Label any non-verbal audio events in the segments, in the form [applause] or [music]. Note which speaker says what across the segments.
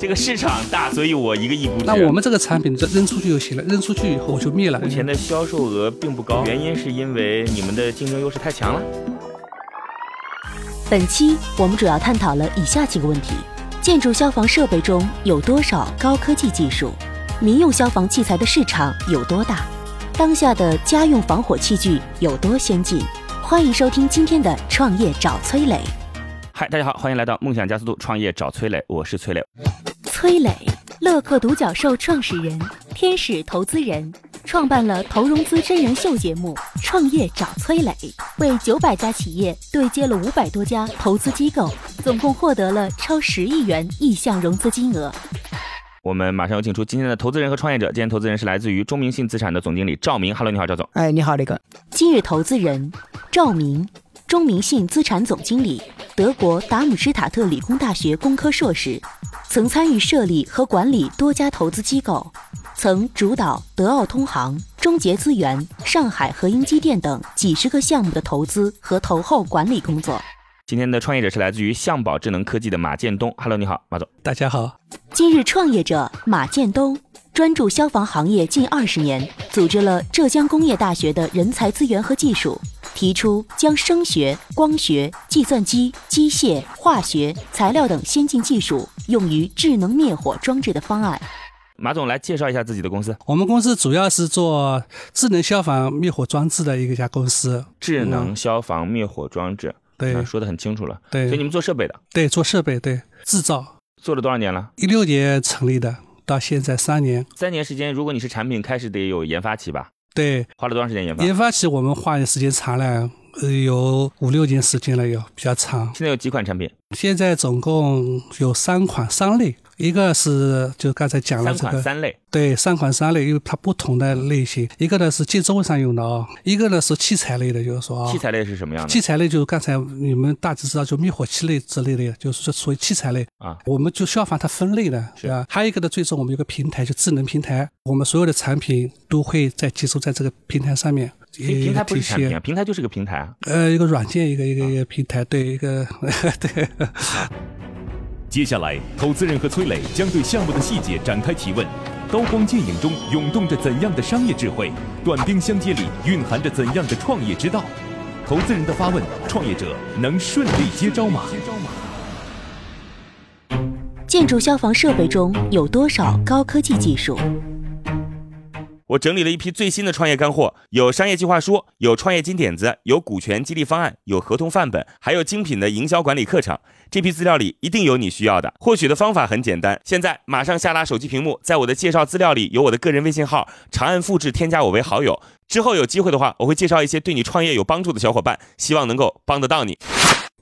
Speaker 1: 这个市场大，所以我一个亿估值。
Speaker 2: 那我们这个产品扔扔出去就行了，扔出去以后我就灭了。
Speaker 1: 目前的销售额并不高，原因是因为你们的竞争优势太强了。
Speaker 3: 本期我们主要探讨了以下几个问题：建筑消防设备中有多少高科技技术？民用消防器材的市场有多大？当下的家用防火器具有多先进？欢迎收听今天的《创业找崔磊》。
Speaker 1: 嗨，大家好，欢迎来到梦想加速度创业找崔磊，我是崔磊。
Speaker 3: 崔磊，乐客独角兽创始人，天使投资人，创办了投融资真人秀节目《创业找崔磊》，为九百家企业对接了五百多家投资机构，总共获得了超十亿元意向融资金额。
Speaker 1: 我们马上要请出今天的投资人和创业者。今天投资人是来自于中明信资产的总经理赵明。Hello，你好，赵总。
Speaker 4: 哎，你好，雷哥。
Speaker 3: 今日投资人赵明，中明信资产总经理，德国达姆施塔特理工大学工科硕士，曾参与设立和管理多家投资机构，曾主导德奥通航、中捷资源、上海和英机电等几十个项目的投资和投后管理工作。
Speaker 1: 今天的创业者是来自于象宝智能科技的马建东。Hello，你好，马总。
Speaker 2: 大家好，
Speaker 3: 今日创业者马建东专注消防行业近二十年，组织了浙江工业大学的人才资源和技术，提出将声学、光学、计算机、机械、化学、材料等先进技术用于智能灭火装置的方案。
Speaker 1: 马总来介绍一下自己的公司，
Speaker 2: 我们公司主要是做智能消防灭火装置的一个家公司。嗯
Speaker 1: 智能消防灭火装置。
Speaker 2: 对
Speaker 1: 那说的很清楚了。
Speaker 2: 对
Speaker 1: 所以你们做设备的，
Speaker 2: 对，做设备，对，制造。
Speaker 1: 做了多少年了？
Speaker 2: 一六年成立的，到现在三年。
Speaker 1: 三年时间，如果你是产品，开始得有研发期吧？
Speaker 2: 对，
Speaker 1: 花了多长时间研发？
Speaker 2: 研发期我们花的时间长了，呃有五六年时间了，有比较长。
Speaker 1: 现在有几款产品？
Speaker 2: 现在总共有三款三类，一个是就刚才讲
Speaker 1: 三
Speaker 2: 了啊这
Speaker 1: 款
Speaker 2: 个，
Speaker 1: 三类。
Speaker 2: 对，三款三类，因为它不同的类型，一个呢是建筑物上用的啊，一个呢是器材类的，就是说啊
Speaker 1: 器。材类是什么样的
Speaker 2: 器？材类就是刚才你们大致知道，就灭火器类之类的，就是说属于器材类
Speaker 1: 啊
Speaker 2: 我们就消防它分类的，
Speaker 1: 是
Speaker 2: 对吧？还有一个呢，最终我们有个平台，就智能平台，我们所有的产品都会在集中在这个平台上面。
Speaker 1: 所以平台不是
Speaker 2: 体系
Speaker 1: 产品啊，平啊台就是个平台啊。
Speaker 2: 呃，一个软件，一个一个一个平台，对，一个 [laughs] 对。
Speaker 5: 接下来，投资人和崔磊将对项目的细节展开提问。刀光剑影中涌动着怎样的商业智慧？短兵相接里蕴含着怎样的创业之道？投资人的发问，创业者能顺利接招吗？
Speaker 3: 建筑消防设备中有多少高科技技术？
Speaker 1: 我整理了一批最新的创业干货，有商业计划书，有创业金点子，有股权激励方案，有合同范本，还有精品的营销管理课程。这批资料里一定有你需要的。获取的方法很简单，现在马上下拉手机屏幕，在我的介绍资料里有我的个人微信号，长按复制添加我为好友。之后有机会的话，我会介绍一些对你创业有帮助的小伙伴，希望能够帮得到你。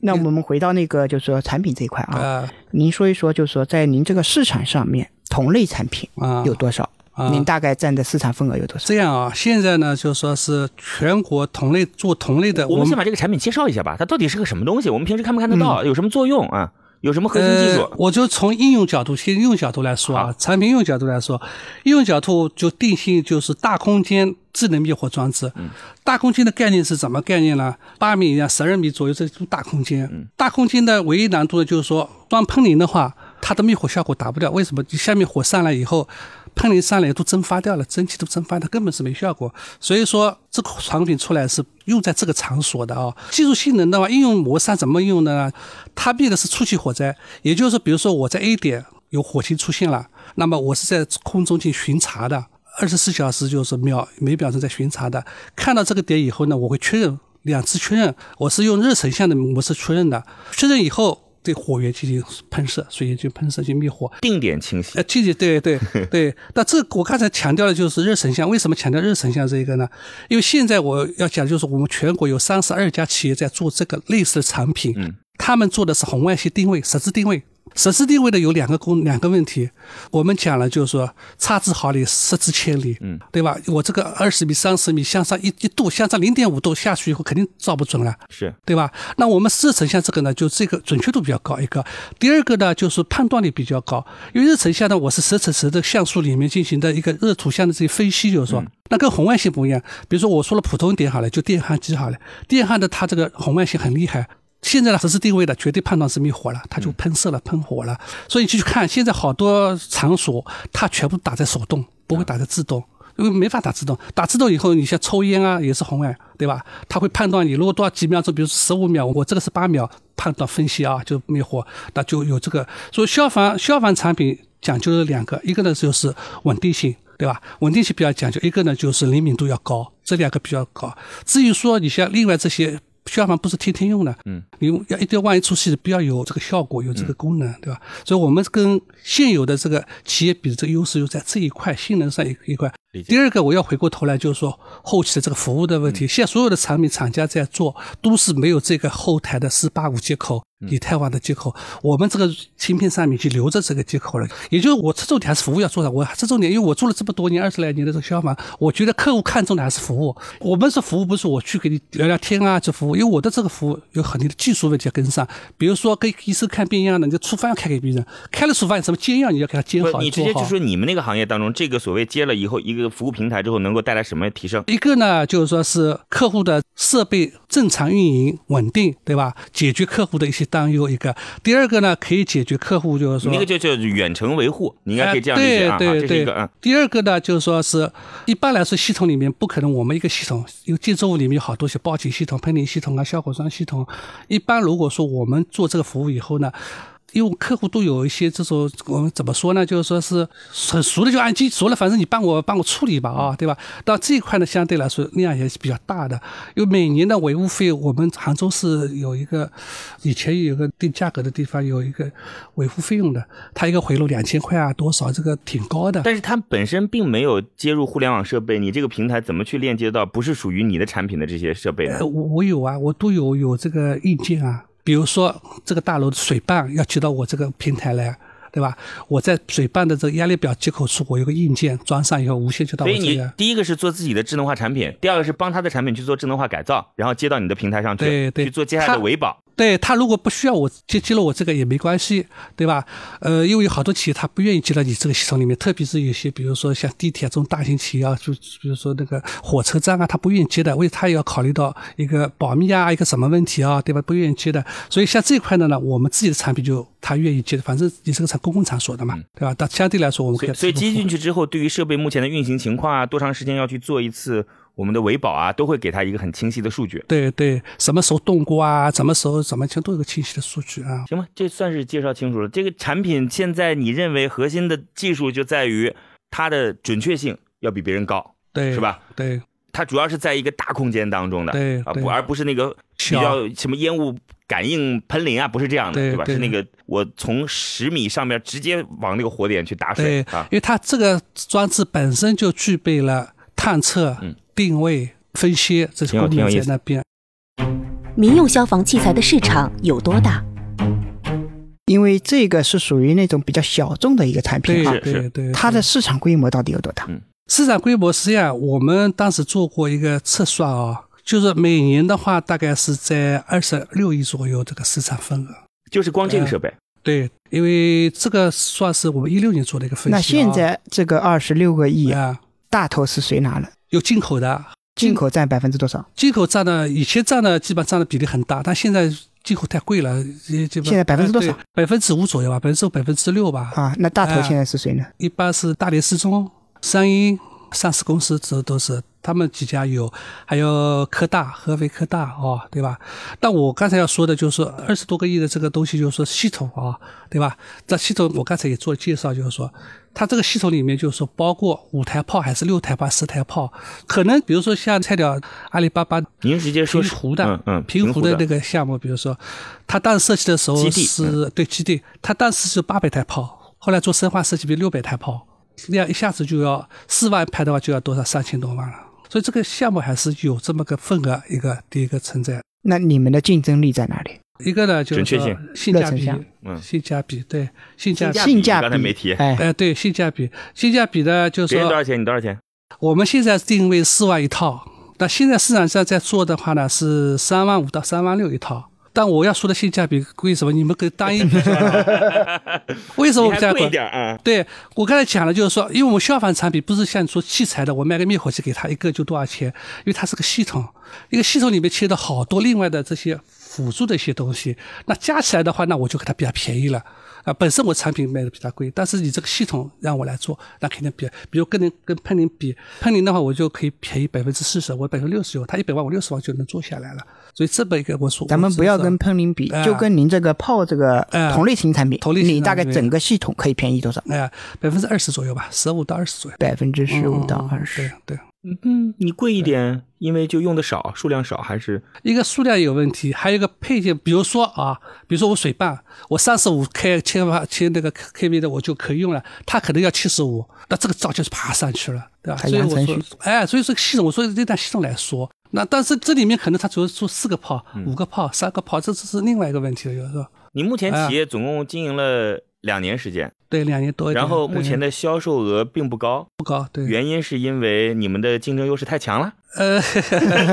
Speaker 4: 那我们回到那个，就是说产品这一块啊，
Speaker 2: 啊
Speaker 4: 您说一说，就是说在您这个市场上面，同类产品
Speaker 2: 啊，
Speaker 4: 有多少？
Speaker 2: 啊
Speaker 4: 您大概占的市场份额有多少？
Speaker 2: 这样啊？现在呢，就说是全国同类做同类的，
Speaker 1: 我
Speaker 2: 我
Speaker 1: 们先
Speaker 2: 们
Speaker 1: 把这个产品介绍一下吧，它到底是个什么东西？我们平时看不看得到？有什么作用啊？有什么核心技术
Speaker 2: 呃？我就从应用角度，先应用角度来说
Speaker 1: 好
Speaker 2: 啊，产品应用角度来说，应用角度就定性就是大空间智能灭火装置。
Speaker 1: 嗯
Speaker 2: 大空间的概念是怎么概念呢？八米以上、十二米左右这种大空间。大空间的唯一难度呢，就是说装喷淋的话，它的灭火效果达不了。为什么？你下面火上来以后，喷淋上来都蒸发掉了，蒸汽都蒸发掉，根本是没效果。所以说这个产品出来是用在这个场所的啊、技术性能的话，应用模式上怎么应用的呢？它避的是初期火灾，也就是说，比如说我在 A 点有火情出现了，那么我是在空中去巡查的，二十四小时就是秒每秒钟在巡查的。看到这个点以后呢，我会确认两次确认，我是用热成像的模式确认的。确认以后，对火源进行喷射，水源进行喷射去灭火。
Speaker 1: 定点清晰
Speaker 2: 呃，具体对对
Speaker 1: [laughs]
Speaker 2: 对，那这个我刚才强调的就是热成像，为什么强调热成像这一个呢？因为现在我要讲的就是我们全国有
Speaker 1: 嗯
Speaker 2: 三十二家企业在做这个类似的产品，他们做的是红外线定位、十字定位。省市地位的有两个公两个问题，我们讲了就是说差之毫厘，失之千里，嗯，对吧？我这个二十米、三十米向上一一度，向上零点五度下去以后，肯定照不准了。
Speaker 1: 是
Speaker 2: 对吧？那我们四成像这个呢，就这个准确度比较高一个。第二个呢，就是判断力比较高，因为热成像呢，我是十乘十的像素里面进行的一个热图像的这个分析，就是说。那跟红外线不一样，比如说我说了普通点好了，就电焊机好了，电焊的它这个红外线很厉害，现在的实时定位的绝对判断是灭火了，它就喷射了、喷火了，所以你去看现在好多场所，它全部打在手动，不会打在自动。因为没法打自动，打自动以后，你像抽烟啊，也是红外，对吧？它会判断你，如果多少几秒钟，比如十五秒，我这个是八秒，判断分析啊，就灭火，那就有这个。所以消防消防产品讲究的两个，一个呢就是稳定性，对吧？稳定性比较讲究，一个呢就是灵敏度要高，这两个比较高。至于说你像另外这些。消防不是天天用的，嗯，你要一定要万一出事，比较有这个效果，有这个功能，对吧？所以我们跟现有的这个企业比，这个优势又在这一块性能上一一块。第二个，我要回过头来就是说后期的这个服务的问
Speaker 1: 嗯
Speaker 2: 题。现在所有的产品厂家在做，都是没有这个后台的四八五接口、
Speaker 1: 嗯
Speaker 2: 以太网的接口。我们这个芯片上面就留着这个接口了。也就是我侧重点还是服务要做的，我侧重点，因为我做了这么多年二十来年的这个消防，我觉得客户看重的还是服务。我们是服务，不是我去给你聊聊天啊，这服务，因为我的这个服务有很多的技术问题要跟上，比如说跟医生看病一样的，你的处方要开给病人，开了处方，什么煎药你要给他煎
Speaker 1: 不，
Speaker 2: 好，
Speaker 1: 你直接
Speaker 2: 做好
Speaker 1: 就。说你们那个行业当中，这个所谓接了以后一个服务平台之后，能够带来什么提升？
Speaker 2: 一个呢，就是说是客户的设备正常运营、稳定，对吧？解决客户的一些担忧。一个，第二个呢，可以解决客户就是说，
Speaker 1: 那个就叫远程维护，你应该可以这样理解啊，
Speaker 2: 哎
Speaker 1: 这
Speaker 2: 对对
Speaker 1: 是一
Speaker 2: 对
Speaker 1: 个啊。
Speaker 2: 第二个呢，就是说是一般来说系统里面不可能我们一个系统，因为建筑物里面有好多些报警系统、喷淋系统啊、消火栓系统。一般如果说我们做这个服务以后呢。因为客户都有一些这种，我们怎么说呢？就是说是很熟的就按机熟了，反正你帮我帮我处理吧，啊，对吧？到这一块呢，相对来说量也是比较大的，因为每年的维护费，我们杭州市有一个，以前有个定价格的地方有一个维护费用的，它一个回路两千块啊，多少这个挺高的。
Speaker 1: 但是它本身并没有接入互联网设备，你这个平台怎么去链接到不是属于你的产品的这些设备呢
Speaker 2: 呃，？我我有啊，我都有有这个硬件啊。比如说这个大楼的水泵要接到我这个平台来，啊对吧？我在水泵的这个压力表接口处，我有个硬件装上以后，无线就到
Speaker 1: 所
Speaker 2: 我
Speaker 1: 以
Speaker 2: 这啊
Speaker 1: 你
Speaker 2: 个。
Speaker 1: 第一个是做自己的智能化产品，第二个是帮他的产品去做智能化改造，然后接到你的平台上去，
Speaker 2: 对对
Speaker 1: 去做接下来的
Speaker 2: 它
Speaker 1: 维保。
Speaker 2: 对他如果不需要我接接了我这个也没关系，对吧？呃，因为有好多企业他不愿意接到你这个系统里面，特别是有些比如说像地铁这种大型企业啊，就比如说那个火车站啊，他不愿意接的，因为他也要考虑到一个保密啊，一个什么问题啊，对吧？不愿意接的，所以像这一块的呢，我们自己的产品就他愿意接的，反正你是个场公共场所的嘛，对吧？但相对来说我们可
Speaker 1: 所
Speaker 2: 以
Speaker 1: 以，嗯所以
Speaker 2: 提
Speaker 1: 接进
Speaker 2: 供服务
Speaker 1: 去之后，对于设备目前的运行情况啊，多长时间要去做一次我们的维保啊，都会给他一个很清晰的数据。
Speaker 2: 对对，什么时候动过啊？什么时候怎么全都有个清晰的数据啊？
Speaker 1: 行吧，这算是介绍清楚了。这个产品现在你认为核心的技术就在于它的准确性要比别人高，
Speaker 2: 对，
Speaker 1: 是？吧？
Speaker 2: 对
Speaker 1: 它主要是在一个大空间当中的，
Speaker 2: 对
Speaker 1: 啊，
Speaker 2: 对
Speaker 1: 不而不是那个比
Speaker 2: 小
Speaker 1: 较什么烟雾感应喷淋啊，不是这样的，
Speaker 2: 对
Speaker 1: 吧？
Speaker 2: 对
Speaker 1: 是那个我从十米上面直接往那个火点去打水
Speaker 2: 对，
Speaker 1: 啊
Speaker 2: 因，为它这个装置本身就具备了探测、定位、分析这些
Speaker 1: 挺有嗯
Speaker 2: 功
Speaker 1: 挺有
Speaker 2: 能
Speaker 1: 意
Speaker 2: 在
Speaker 1: 思
Speaker 2: 那边。
Speaker 3: 民用消防器材的市场有多大？
Speaker 4: 因为这个是属于那种比较小众的一个产
Speaker 2: 对嗯
Speaker 4: 品啊，
Speaker 1: 是是
Speaker 2: 对对，
Speaker 4: 它的市场规模到底有多大？
Speaker 2: 市场规模实际上我们当时做过一个测算啊，就是每年的话大概是在二十六亿左右这个市场份额。
Speaker 1: 就是光这个设备，
Speaker 2: 对，因为这个算是我们一六年做的一个分析、啊。
Speaker 4: 那现在这个二十六个亿，
Speaker 2: 啊，
Speaker 4: 大头是谁拿了？
Speaker 2: 有进口的，
Speaker 4: 进口占百分之多少？
Speaker 2: 进口占的以前占的基本占的比例很大，但现在进口太贵了，也基本
Speaker 4: 现在百分之多少？
Speaker 2: 哎对百分之五左右吧，百分之百分之六吧。
Speaker 4: 啊，那大头
Speaker 2: 哎
Speaker 4: 现在是谁呢？
Speaker 2: 一般是大连四中、三一上市公司，这都是他们几家有，还有科大、合肥科大哦，对吧？但我刚才要说的就是二十多个亿的这个东西，就是说系统啊、对吧？这系统我刚才也做了介绍，就是说它这个系统里面就是说包括五台炮还是六台炮、十台炮，可能比如说像菜鸟阿里巴巴
Speaker 1: 您直接说
Speaker 2: 平
Speaker 1: 是
Speaker 2: 湖的，
Speaker 1: 嗯嗯，
Speaker 2: 平
Speaker 1: 湖
Speaker 2: 湖的那个项目，比如说，他当时设计的时候
Speaker 1: 基地嗯
Speaker 2: 是对基地，他当时是八百台炮，后来做生化设计变六百台炮，那样一下子就要四万拍的话就要多少三千多万了，所以这个项目还是有这么个份额一个第一个存在。
Speaker 4: 那你们的竞争力在哪里？
Speaker 2: 一个呢就是
Speaker 1: 准确
Speaker 2: 说
Speaker 1: 性
Speaker 2: 性
Speaker 4: 热
Speaker 2: 价
Speaker 4: 成
Speaker 2: 比
Speaker 4: 像，
Speaker 1: 嗯
Speaker 2: 性价比对性价比，
Speaker 4: 性价比
Speaker 1: 刚才没提，
Speaker 4: 哎，
Speaker 2: 哎对性价比，性价比呢就是
Speaker 1: 别人
Speaker 2: 说
Speaker 1: 多少钱你多少
Speaker 2: [laughs]
Speaker 1: 钱？
Speaker 2: 我们现在定位四万一套，那现在市场上在做的话呢是三万五到三万六一套。但我要说的性价比为什么你们跟单一比较
Speaker 1: [laughs]
Speaker 2: 呢？为什
Speaker 1: 你
Speaker 2: 么我们
Speaker 1: 还
Speaker 2: 这样
Speaker 1: 贵一
Speaker 2: 管？
Speaker 1: 点啊？
Speaker 2: 对我刚才讲了，就是说，因为我们消防产品不是像做器材的，我卖个灭火器给他一个就多少钱，因为它是个系统，一个系统里面切的好多另外的这些辅助的一些东西，那加起来的话，那我就给他比较便宜了。啊，本身我产品卖的比它贵，但是你这个系统让我来做，那肯定比，比如跟您跟喷林比，喷林的话我就可以便宜百分之四十，我百分之六十九，他一百万我六十万就能做下来了，所以这么一个我说，
Speaker 4: 咱们不要跟喷林比
Speaker 2: 哎，
Speaker 4: 就跟您这个泡这个
Speaker 2: 哎
Speaker 4: 同类型产品，
Speaker 2: 同类型
Speaker 4: 你大概
Speaker 2: 产品
Speaker 4: 整个系统可以便宜多少？
Speaker 2: 哎百分之二十左右吧，十五到二十左右，
Speaker 4: 百分之十五到
Speaker 2: 嗯
Speaker 4: 二
Speaker 2: 对
Speaker 4: 十。
Speaker 2: 对。
Speaker 1: 嗯，你贵一点，因为就用的少，数量少还是
Speaker 2: 一个数量有问题，还有一个配件，比如说啊，比如说我水泵，我三十五 k 千瓦千那个 kV 的我就可以用了，它可能要七十五，那这个造就是爬上去了，对吧？
Speaker 4: 它
Speaker 2: 所以
Speaker 4: 扬
Speaker 2: 我
Speaker 4: 程
Speaker 2: 说
Speaker 4: 序，
Speaker 2: 哎，所以这个系统，我说这段系统来说，那但是这里面可能它主要做四个炮、
Speaker 1: 嗯
Speaker 2: 五个炮、三个炮，这这是另外一个问题了，就是说，
Speaker 1: 你目
Speaker 2: 哎
Speaker 1: 前企业总共经营了两年时间，
Speaker 2: 对，两年多一点，
Speaker 1: 然后目前
Speaker 2: 的
Speaker 1: 的销售额并不高，
Speaker 2: 不高，对，
Speaker 1: 原因是因为你们的竞争优势太强了。
Speaker 2: 呃，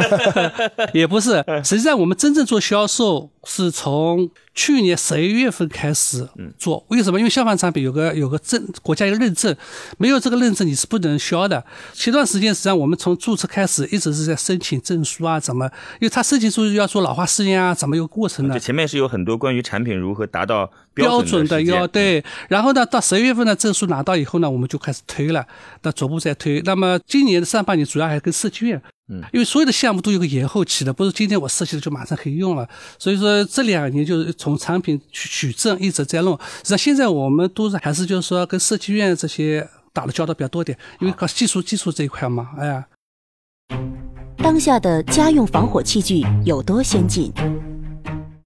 Speaker 2: [laughs] 也不是，实际上我们真正做销售是从去年十一月份开始做。为什么？因为消防产品有个有个证，国家有个认证，没有这个认证你是不能销的。前段时间实际上我们从注册开始一直是在申请证书啊，怎么？因为他申请书要做老化试验啊，怎么有过程的
Speaker 1: 就？前面是有很多关于产品如何达到
Speaker 2: 准
Speaker 1: 准
Speaker 2: 的
Speaker 1: 时间嗯
Speaker 2: 要，对，然后呢，到十一月份呢，证书拿到以后呢，我们就开始推了，那逐步在推。那么今年的上半年主要还跟设计院，
Speaker 1: 嗯，
Speaker 2: 因为所有的项目都有个延后期的，不是今天我设计了就马上可以用了。所以说这两年就是从产品取取证一直在弄。实际上现在我们都是还是就是说跟设计院这些打的交道比较多一点，因为搞技术技术这一块嘛，哎呀，
Speaker 3: 当下的家用防火器具有多先进？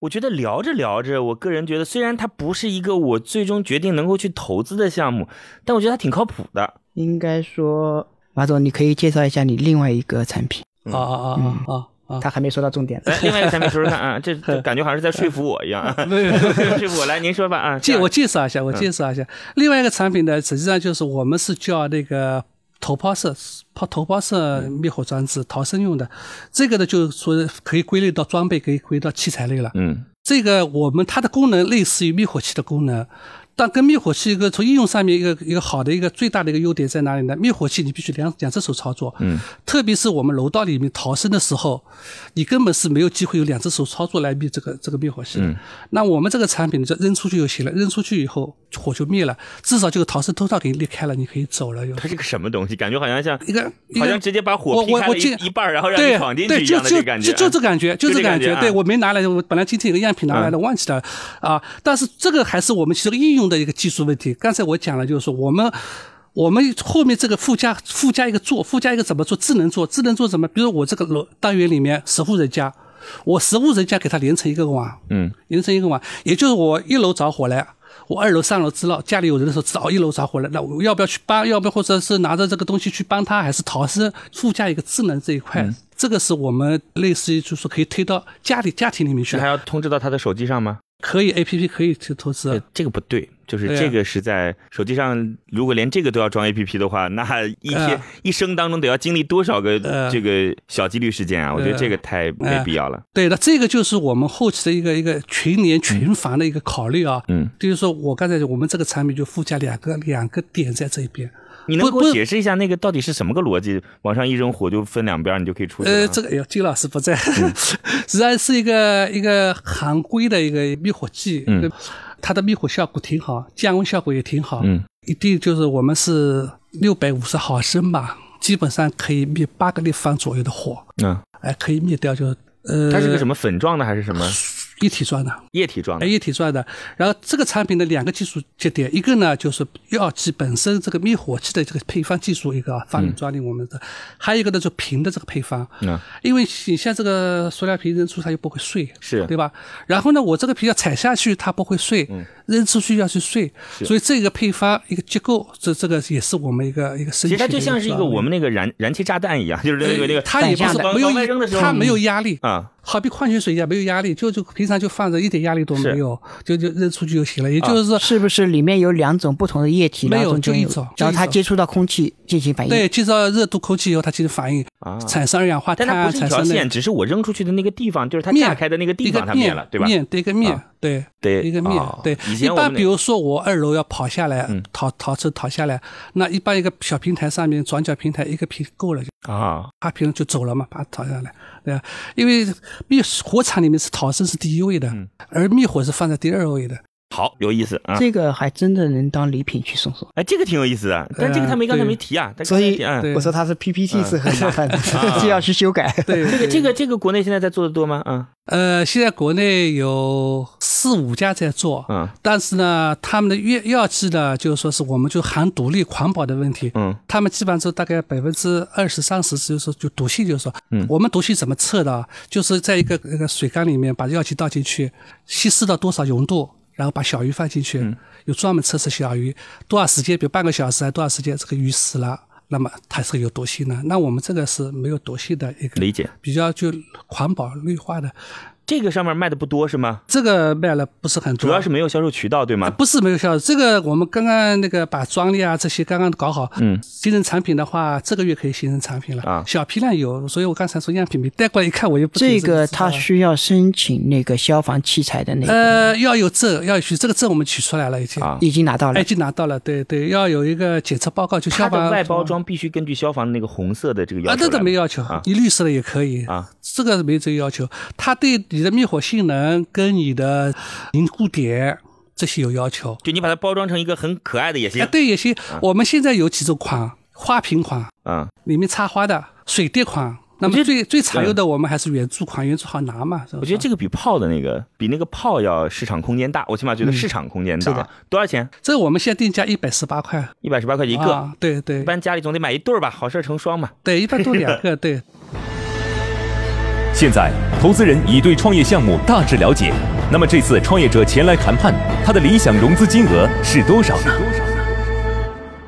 Speaker 1: 我觉得聊着聊着，我个人觉得，虽然它不是一个我最终决定能够去投资的项目，但我觉得它挺靠谱的。
Speaker 4: 应该说，马总，你可以介绍一下你另外一个产品，
Speaker 1: 嗯
Speaker 2: 啊啊啊啊啊啊！
Speaker 4: 他还没说到重点。
Speaker 1: 来，哎另外一个产品说说看啊，
Speaker 2: [laughs]
Speaker 1: 这这感觉好像是在说服我一样啊，说服我。来，您说吧啊，
Speaker 2: 介
Speaker 1: 这
Speaker 2: 我介绍一下，我介绍一下。另外一个产品呢，实际上就是我们是叫那个头抛式抛头抛式
Speaker 1: 嗯
Speaker 2: 灭火装置，逃生用的。这个呢，就是说可以归类到装备，可以归到器材类了。
Speaker 1: 嗯，
Speaker 2: 这个我们它的功能类似于灭火器的功能，但跟灭火器一个从应用上面一个一个好的一个最大的一个优点在哪里呢？灭火器你必须两两只手操作，嗯，特别是我们楼道里面逃生的时候，你根本是没有机会有两只手操作来灭这个这个灭火器的。那我们这个产品就扔出去就行了，扔出去以后火就灭了，至少这个逃生通道给你裂开了，你可以走了。有
Speaker 1: 它是个什么东西？感觉好像像
Speaker 2: 一个一个
Speaker 1: 好像直接把火
Speaker 2: 我
Speaker 1: 劈
Speaker 2: 我
Speaker 1: 开
Speaker 2: 我
Speaker 1: 了
Speaker 2: 进
Speaker 1: 一一半儿，然后让你
Speaker 2: 对
Speaker 1: 闯进去
Speaker 2: 对，
Speaker 1: 一
Speaker 2: 就
Speaker 1: 样的这
Speaker 2: 就
Speaker 1: 个感觉
Speaker 2: 就
Speaker 1: 啊，
Speaker 2: 就这感觉，就
Speaker 1: 就这
Speaker 2: 这
Speaker 1: 感
Speaker 2: 感
Speaker 1: 觉
Speaker 2: 觉。
Speaker 1: 啊嗯
Speaker 2: 对我没拿来，我本来今天有个样品拿来了，忘记了啊。但是这个还是我们其中应用的一个技术问题。刚才我讲了，就是说我们。我们后面这个附加附加一个做，附加一个怎么做？智能做，智能做怎么？比如我这个楼单元里面十户人家，我十户人家给它连成一个网，
Speaker 1: 嗯，
Speaker 2: 连成一个网，也就是我一楼着火了。我二楼、三楼知道家里有人的时候，知道哦一楼着火了，那我要不要去帮？要不要或者是拿着这个东西去帮他，还是逃生？附加一个智能这一块，
Speaker 1: 嗯
Speaker 2: 这个是我们类似于就是说可以推到家里家庭里面去
Speaker 1: 这，还要通知到他的手机上吗？
Speaker 2: 可以 A P P 可以去投资
Speaker 1: 呃，，这个不对，就是
Speaker 2: 对啊
Speaker 1: 这个是在手机上，如果连这个都要装 APP 的话，那一天
Speaker 2: 啊
Speaker 1: 一生当中得要经历多少个
Speaker 2: 呃
Speaker 1: 这个小几率事件啊？我觉得
Speaker 2: 呃
Speaker 1: 这个太没
Speaker 2: 哎
Speaker 1: 必要了。
Speaker 2: 对，那这个就是我们后期的一个一个群联群防的一个考虑啊。
Speaker 1: 嗯，
Speaker 2: 就是说我刚才我们这个产品就附加两个两个点在这一边。
Speaker 1: 你能给
Speaker 2: 不
Speaker 1: 我
Speaker 2: 不
Speaker 1: 解释一下那个到底是什么个逻辑？往上一扔火就分两边儿，你就可以出去了啊。
Speaker 2: 呃，这个哎呦，金老师不在，
Speaker 1: 嗯
Speaker 2: [laughs] 实际上是一个一个行规的一个灭火器，
Speaker 1: 嗯
Speaker 2: 对吧它的灭火效果挺好，降温效果也挺好，
Speaker 1: 嗯，
Speaker 2: 一定就是我们是六百五十毫升吧，基本上可以灭八个立方左右的火，
Speaker 1: 嗯，
Speaker 2: 哎，可以灭掉就呃，
Speaker 1: 它是个什么粉状的还是什么？
Speaker 2: 一体装的，
Speaker 1: 液体状的
Speaker 2: 哎，，一体装的。然后这个产品的两个技术节点，一个呢就是药剂本身这个灭火器的这个配方技术，一个发明抓定我们的；还有一个呢就瓶的这个配方，
Speaker 1: 嗯，
Speaker 2: 因为你像这个塑料瓶扔出它又不会碎，
Speaker 1: 是嗯
Speaker 2: 对吧？然后呢，我这个皮要踩下去，它不会碎，扔出去要去碎，所以这个配方一个结构，这这个也是我们一个一个
Speaker 1: 其
Speaker 2: 升级
Speaker 1: 实
Speaker 2: 的
Speaker 1: 它
Speaker 2: 一个
Speaker 1: 就像是一个我们那个燃燃气炸弹一样，就是那个那个，
Speaker 2: 它也不是
Speaker 1: 往
Speaker 2: 没有
Speaker 1: 往外扔的时候，
Speaker 2: 它没有压力
Speaker 1: 啊，
Speaker 2: 好比矿泉水一样没有压力，就就平常就放着，一点压力都没有，就就扔出去就行了。也
Speaker 1: 啊
Speaker 2: 就是说，
Speaker 4: 是不是里面有两种不同的液体，
Speaker 2: 没有
Speaker 4: 然后中间
Speaker 2: 就一种
Speaker 4: 然后它
Speaker 2: 就一种
Speaker 4: 接触到空气进行反应。
Speaker 2: 对，，介绍热度、空气以后，它进行反应，
Speaker 1: 啊
Speaker 2: 产生二氧化
Speaker 1: 但
Speaker 2: 碳
Speaker 1: 它
Speaker 2: 啊，
Speaker 1: 不是一
Speaker 2: 产
Speaker 1: 条
Speaker 2: 生那
Speaker 1: 线，只是我扔出去的那个地方，就是它
Speaker 2: 面
Speaker 1: 炸开的那个地方它
Speaker 2: 面
Speaker 1: 灭了，对吧？
Speaker 2: 面对一个面
Speaker 1: 啊，
Speaker 2: 对
Speaker 1: 对
Speaker 2: 一个面
Speaker 1: 哦
Speaker 2: 对。
Speaker 1: 以
Speaker 2: 一
Speaker 1: 前我
Speaker 2: 般
Speaker 1: 们
Speaker 2: 比
Speaker 1: 那
Speaker 2: 如说我二楼要跑下来
Speaker 1: 嗯，
Speaker 2: 逃逃车逃下来，那一般一个小平台上面转角平台一个平够了，就
Speaker 1: 啊，
Speaker 2: 爬平了就走了嘛，把它逃下来，对吧？因为灭火场里面是逃生是第一位的
Speaker 1: 嗯，
Speaker 2: 而灭火是放在第二位的。
Speaker 1: 好有意思啊！
Speaker 4: 这个还真的能当礼品去送送。
Speaker 1: 哎，这个挺有意思的，但
Speaker 2: 哎
Speaker 1: 这个他没刚才没提啊，但
Speaker 4: 所以
Speaker 1: 嗯，
Speaker 2: 对
Speaker 4: 我说它是 PPT 是很麻
Speaker 2: 啊
Speaker 4: 烦的，就要去
Speaker 2: [laughs]
Speaker 4: 修改。
Speaker 1: [laughs]
Speaker 2: 对，
Speaker 1: 这个
Speaker 2: 对
Speaker 1: 这个这个国内现在在做的多吗？啊
Speaker 2: 呃，现在国内有四五家在做，
Speaker 1: 嗯
Speaker 2: 但是呢，他们的药药剂呢，就是说是我们就含毒力环保的问题，
Speaker 1: 嗯
Speaker 2: 他们基本上就大概百分之二十三十，就是说就毒性，就是说，
Speaker 1: 嗯
Speaker 2: 我们毒性怎么测的啊？就是在一个那个水缸里面把药剂倒进去，稀释到多少浓度，然后把小鱼放进去，
Speaker 1: 嗯
Speaker 2: 有专门测试小鱼多少时间，比如半个小时还多少时间，这个鱼死了。那么它是有毒性的，那我们这个是没有毒性的一个
Speaker 1: 理解。
Speaker 2: 比较就环保绿化的，
Speaker 1: 这个上面卖的不多是吗？
Speaker 2: 这个卖了不是很多，
Speaker 1: 主要是没有销售渠道，对吗？
Speaker 2: 不是没有效。这个我们刚刚那个把专利啊这些刚刚搞好，
Speaker 1: 嗯，
Speaker 2: 形成产品的话，这个月可以形成产品了
Speaker 1: 啊
Speaker 2: 小批量有，所以我刚才说样品没带过来一看，我就不
Speaker 4: 这
Speaker 2: 清楚
Speaker 4: 个
Speaker 2: 知道
Speaker 4: 它
Speaker 2: 了
Speaker 4: 需要申请那个消防器材的那个，
Speaker 2: 呃要有证，要取这个证我们取出来了已经，
Speaker 1: 啊
Speaker 4: 已经拿到了
Speaker 2: 哎已。经拿到了，对对，要有一个检测报告，就
Speaker 1: 它
Speaker 2: 消
Speaker 1: 的
Speaker 2: 防
Speaker 1: 外包装必须根据消防的那个红色的这个要
Speaker 2: 啊，
Speaker 1: 求来
Speaker 2: 这
Speaker 1: 吗。
Speaker 2: 个没要求
Speaker 1: 啊，
Speaker 2: 你绿色的也可以
Speaker 1: 啊，
Speaker 2: 这个没这个要求。它对你的灭火性能跟你的凝固点这些有要求。
Speaker 1: 就你把它包装成一个很可爱的也行。
Speaker 2: 啊，对，也行。我们现在有几种款，花瓶款，
Speaker 1: 嗯，
Speaker 2: 里面插花的，水滴款。那么最最常用的，我们还是圆柱款，圆柱好拿嘛。是吧
Speaker 1: 嗯我觉得这个比炮的那个比那个炮要市场空间大，我起码
Speaker 2: 嗯
Speaker 1: 觉得市场空间大啊。多少钱？
Speaker 2: 这我们现在定价一百十八块
Speaker 1: 一百十八块钱一个。
Speaker 2: 啊，对对
Speaker 1: 一般家里总得买一对儿吧，好事儿成双嘛。
Speaker 2: 对，一般都两
Speaker 1: [laughs]
Speaker 2: 个，对。
Speaker 5: 现在，投资人已对创业项目大致了解。那么这次创业者前来谈判，他的理想融资金额是多少呢？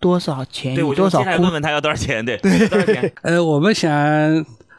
Speaker 4: 多少钱，
Speaker 1: 对我
Speaker 4: 有
Speaker 1: 就
Speaker 4: 多
Speaker 1: 接
Speaker 4: 少
Speaker 1: 下来问
Speaker 4: 估。
Speaker 1: 问他要多少钱，对，多少钱？
Speaker 2: 呃，我们想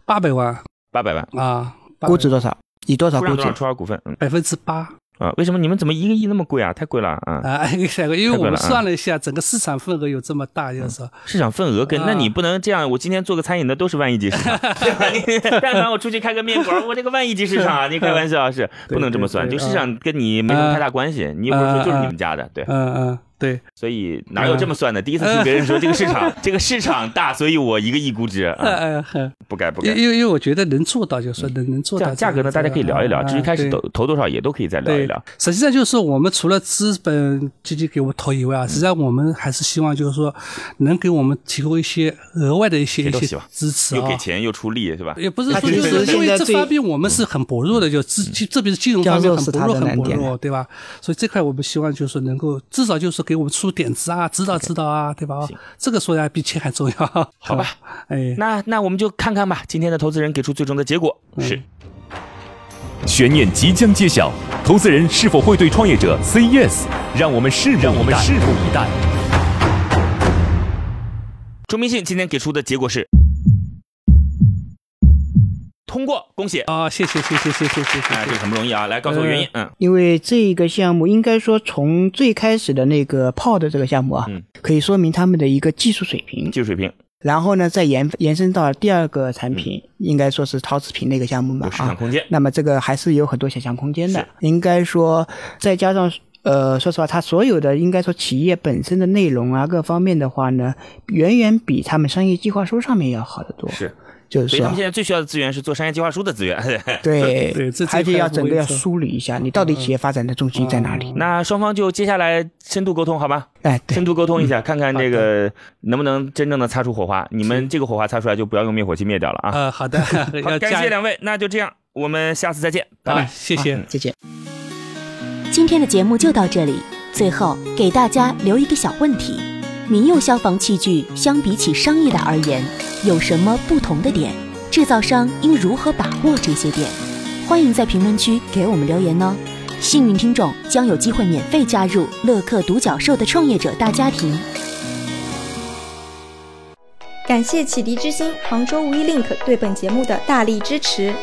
Speaker 2: 八百万
Speaker 1: 八百万。
Speaker 2: 啊，
Speaker 4: 估值多少？以多少
Speaker 1: 出让
Speaker 4: 估
Speaker 1: 多少
Speaker 4: 值？
Speaker 1: 出让股份？嗯
Speaker 2: 百分之八
Speaker 1: 啊，为什么你们怎么一个亿那么贵啊？太贵了啊！
Speaker 2: 啊， [laughs] 下个，因为我们
Speaker 1: 太贵了啊
Speaker 2: 算了一下，整个市场份额有这么大，就是说
Speaker 1: 市场份额跟
Speaker 2: 啊
Speaker 1: 那你不能这样，我今天做个餐饮的都是万亿级市
Speaker 2: [laughs]
Speaker 1: 场，对吧你但凡我出去开个面馆，我这个万亿级市场啊，你开玩笑是
Speaker 2: 对
Speaker 1: 不能这么算，
Speaker 2: 对啊
Speaker 1: 这
Speaker 2: 对
Speaker 1: 个市场跟你没什么太大关系，你又不是说就是你们家的，对，
Speaker 2: 嗯嗯，对，
Speaker 1: 所以哪有这么算的？第一次听别人说这个市
Speaker 2: 啊
Speaker 1: 场， [laughs] 这个市场大，所以我一个亿估值，
Speaker 2: 呃
Speaker 1: 啊，
Speaker 2: 呃，呵
Speaker 1: 不该不
Speaker 2: 因
Speaker 1: 该
Speaker 2: 为。因为因为我觉得能做到，就是说能能做
Speaker 1: 这
Speaker 2: 到
Speaker 1: 样嗯价
Speaker 2: 这
Speaker 1: 格
Speaker 2: 个
Speaker 1: 呢，大家可以聊一聊，
Speaker 2: 啊
Speaker 1: 至于开始
Speaker 2: 对
Speaker 1: 投投多少也都可以再聊一聊。
Speaker 2: 对，实际上就是我们除了资本基金给我们投以外啊，实际上我们还是希望就是说能给我们提供一些额外的一些
Speaker 1: 谁
Speaker 2: 一
Speaker 1: 都希
Speaker 2: 些
Speaker 1: 望
Speaker 2: 支持
Speaker 1: 又
Speaker 2: 啊
Speaker 1: 给。钱又出力是吧？
Speaker 2: 也不是说
Speaker 4: 他
Speaker 2: 就
Speaker 4: 其实
Speaker 2: 是因为
Speaker 4: 现在
Speaker 2: 这
Speaker 4: 对
Speaker 2: 方面我们是很薄弱的，就资这边金融方面很薄弱，
Speaker 4: 交流是他的
Speaker 2: 很薄
Speaker 4: 难点
Speaker 2: 弱，对吧？所以这块我们希望就是说能够至少就是给我们出点子啊，指导指导啊，对吧？啊
Speaker 1: 行
Speaker 2: 这个说呀比钱还重要，好
Speaker 1: 吧？
Speaker 2: [laughs] 哎，
Speaker 1: 那那我们就看看吧，今天的投资人给出最终的结果
Speaker 2: 嗯
Speaker 1: 是。
Speaker 5: 悬念即将揭晓，投资人是否会对创业者 say yes？让我们拭目让我们拭目以待。
Speaker 1: 钟明信今天给出的结果是通过，恭喜！
Speaker 2: 啊，谢谢谢谢谢谢谢谢
Speaker 1: 哎，这个
Speaker 2: 谢，
Speaker 1: 很不容易啊，来告诉我原因。
Speaker 2: 呃
Speaker 1: 嗯，
Speaker 4: 因为这个项目应该说从最开始的那个炮的这个项目啊，
Speaker 1: 嗯
Speaker 4: 可以说明他们的一个技术水平。
Speaker 1: 技术水平
Speaker 4: 然后呢，再延延伸到第二个产品，应该说是陶瓷瓶那个项目
Speaker 1: 嗯
Speaker 4: 嘛
Speaker 1: 有市场
Speaker 4: 啊。
Speaker 1: 空间。
Speaker 4: 那么这个还是有很多想象空间的
Speaker 1: 是，
Speaker 4: 应该说再加上呃，说实话，它所有的应该说企业本身的内容啊，各方面的话呢，远远比他们商业计划书上面要好得
Speaker 2: 哦
Speaker 4: 多。
Speaker 1: 是，
Speaker 4: 就
Speaker 2: 啊
Speaker 4: 是
Speaker 1: 所以他
Speaker 4: 说
Speaker 1: 们，现在最需要的资源是做商业计划书的资源。
Speaker 4: 对
Speaker 2: 对这
Speaker 4: 而且要整个
Speaker 2: 这一块我也
Speaker 4: 要
Speaker 2: 是
Speaker 4: 梳理一下，你到
Speaker 2: 嗯
Speaker 4: 底企业发展的重心在哪里？
Speaker 1: [laughs] 那双方就接下来深度沟通好吗？
Speaker 4: 哎，对
Speaker 1: 深，度沟通一下，看看这个能不能真正的擦出火花。你们这个火花擦出来，就不要用灭火器灭掉了啊！
Speaker 2: 呃，好的， [laughs]
Speaker 1: 好，
Speaker 2: 要
Speaker 1: 感
Speaker 2: 加
Speaker 1: 谢两位，那就这样，我们下次再见，拜
Speaker 2: 啊，
Speaker 1: 拜。
Speaker 2: 谢谢。
Speaker 4: 再见。
Speaker 3: 今天的节目就到这里。最后给大家留一个小问题：民用消防器具相比起商业的而言，有什么不同的点？制造商应如何把握这些点？欢迎在评论区给我们留言哦。幸运听众将有机会免费加入乐客独角兽的创业者大家庭。
Speaker 6: 感谢启迪之星、杭州无一 link 对本节目的大力支持。